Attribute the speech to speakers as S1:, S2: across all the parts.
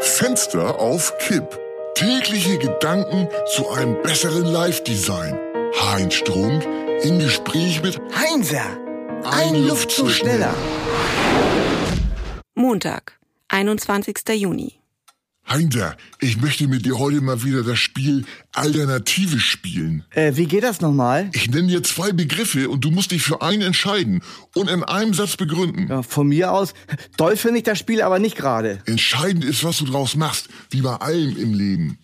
S1: Fenster auf Kipp. Tägliche Gedanken zu einem besseren Live-Design. Heinz Strunk im Gespräch mit
S2: Heinzer,
S1: Ein
S2: ein Luftzug
S1: Luftzug
S2: schneller.
S3: Montag, 21. Juni.
S1: Heinzer. Ich möchte mit dir heute mal wieder das Spiel Alternative spielen.
S2: Äh, wie geht das nochmal?
S1: Ich nenne dir zwei Begriffe und du musst dich für einen entscheiden und in einem Satz begründen.
S2: Ja, von mir aus, doll finde ich das Spiel aber nicht gerade.
S1: Entscheidend ist, was du draus machst, wie bei allem im Leben.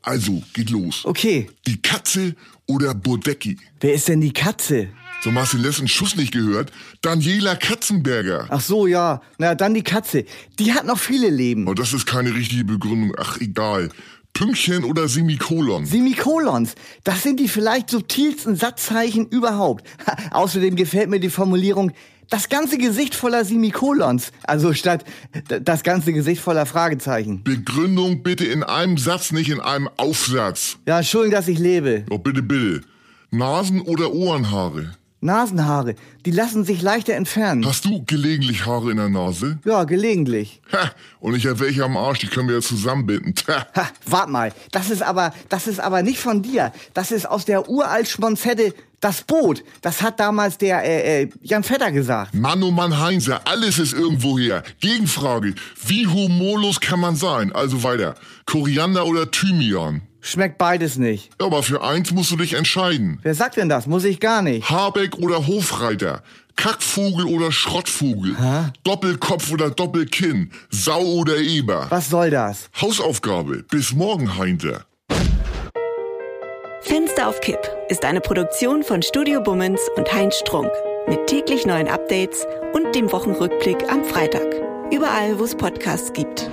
S1: Also, geht los.
S2: Okay,
S1: Die Katze oder Bodecki?
S2: wer ist denn die Katze?
S1: So hast du den letzten Schuss nicht gehört. Daniela Katzenberger.
S2: Ach so, ja. Na, dann die Katze. Die hat noch viele Leben.
S1: Oh, das ist keine richtige Begründung. Ach, egal. Pünktchen oder Semikolon?
S2: Semikolons, das sind die vielleicht subtilsten Satzzeichen überhaupt. Ha, Außerdem gefällt mir die Formulierung, das ganze Gesicht voller Semikolons. Also statt d- das ganze Gesicht voller Fragezeichen.
S1: Begründung bitte in einem Satz, nicht in einem Aufsatz.
S2: Ja, Entschuldigung, dass ich lebe.
S1: Oh, bitte, bitte. Nasen oder Ohrenhaare?
S2: Nasenhaare, die lassen sich leichter entfernen.
S1: Hast du gelegentlich Haare in der Nase?
S2: Ja, gelegentlich.
S1: Ha, und ich hab welche am Arsch, die können wir ja zusammenbinden. Tja.
S2: Ha, wart mal, das ist aber, das ist aber nicht von dir. Das ist aus der uralt Schmonzette das Boot. Das hat damals der äh, äh, Jan Vetter gesagt.
S1: Mann, oh Mann, Heinzer, alles ist irgendwoher. Gegenfrage, wie humorlos kann man sein? Also weiter, Koriander oder Thymian?
S2: Schmeckt beides nicht.
S1: Ja, aber für eins musst du dich entscheiden.
S2: Wer sagt denn das? Muss ich gar nicht.
S1: Habeck oder Hofreiter? Kackvogel oder Schrottvogel? Doppelkopf oder Doppelkinn? Sau oder Eber?
S2: Was soll das?
S1: Hausaufgabe, bis morgen, Heinzer.
S3: Fenster auf Kipp ist eine Produktion von Studio Bummens und Heinz Strunk mit täglich neuen Updates und dem Wochenrückblick am Freitag. Überall, wo es Podcasts gibt.